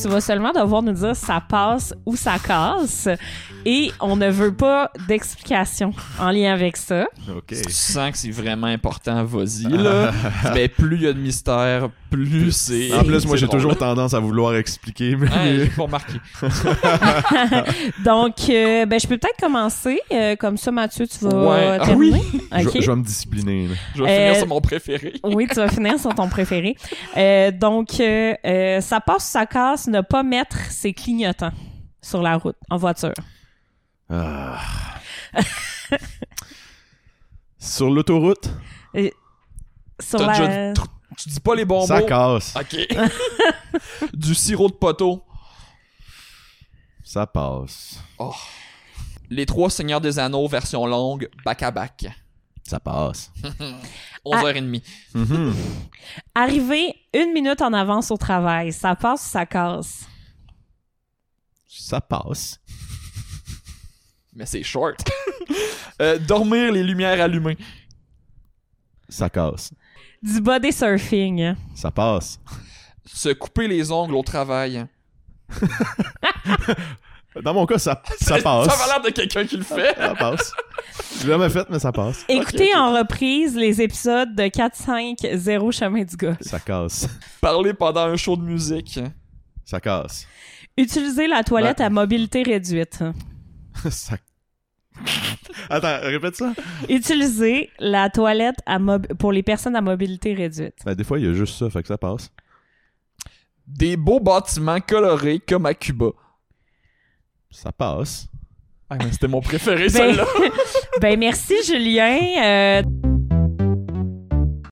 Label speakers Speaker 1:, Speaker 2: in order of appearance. Speaker 1: tu vas seulement devoir nous dire ça passe ou ça casse. Et on ne veut pas d'explication en lien avec ça.
Speaker 2: OK.
Speaker 3: Si tu sens que c'est vraiment important, vas-y. là. Mais plus il y a de mystère, plus c'est.
Speaker 2: En plus, moi,
Speaker 3: c'est
Speaker 2: j'ai
Speaker 3: bon.
Speaker 2: toujours tendance à vouloir expliquer. mais-
Speaker 3: Hein, j'ai pas remarqué.
Speaker 1: Donc, euh, ben, je peux peut-être commencer. euh, comme ça, Mathieu, tu vas
Speaker 3: Ouais. Ah
Speaker 1: terminer.
Speaker 2: Je-
Speaker 1: OK.
Speaker 2: je, vais me discipliner. là.
Speaker 3: Je vais finir
Speaker 1: Euh,
Speaker 3: sur mon préféré.
Speaker 1: Oui, tu vas finir sur ton préféré. Euh, donc, euh, euh, ça passe ou ça casse, ne pas mettre ses clignotants sur la route, en voiture.
Speaker 2: Ah. Sur l'autoroute,
Speaker 1: Sur
Speaker 3: T'as
Speaker 1: la...
Speaker 3: déjà dit- Tu dis pas les bons
Speaker 2: ça
Speaker 3: mots.
Speaker 2: casse.
Speaker 3: OK. du sirop de poteau.
Speaker 2: Ça passe.
Speaker 3: Oh. Les trois Seigneurs des Anneaux, version longue, back à back.
Speaker 1: Ah.
Speaker 2: Ça passe.
Speaker 3: 11h30.
Speaker 2: Mhm.
Speaker 1: Arriver une minute en avance au travail, ça passe ou ça casse.
Speaker 2: Ça passe.
Speaker 3: Mais c'est short. Euh, dormir, les lumières allumées.
Speaker 2: Ça casse.
Speaker 1: Du body surfing.
Speaker 2: Ça passe.
Speaker 3: Se couper les ongles au travail.
Speaker 2: Dans mon cas, ça, ça passe.
Speaker 3: Ça va l'air de quelqu'un qui le fait.
Speaker 2: Ça passe. Je l'ai jamais fait, mais ça passe.
Speaker 1: Écouter en reprise les épisodes de 4-5-0 Chemin du gars.
Speaker 2: Ça casse.
Speaker 3: Parler pendant un show de musique.
Speaker 2: Ça casse.
Speaker 1: Utiliser la toilette à mobilité réduite.
Speaker 2: ça... Attends, répète ça.
Speaker 1: Utiliser la toilette à mob- pour les personnes à mobilité réduite.
Speaker 2: Ben, des fois, il y a juste ça, fait que ça passe.
Speaker 3: Des beaux bâtiments colorés comme à Cuba.
Speaker 2: Ça passe.
Speaker 3: Ah, mais C'était mon préféré,
Speaker 1: Ben,
Speaker 3: celle-là.
Speaker 1: ben merci Julien. Euh,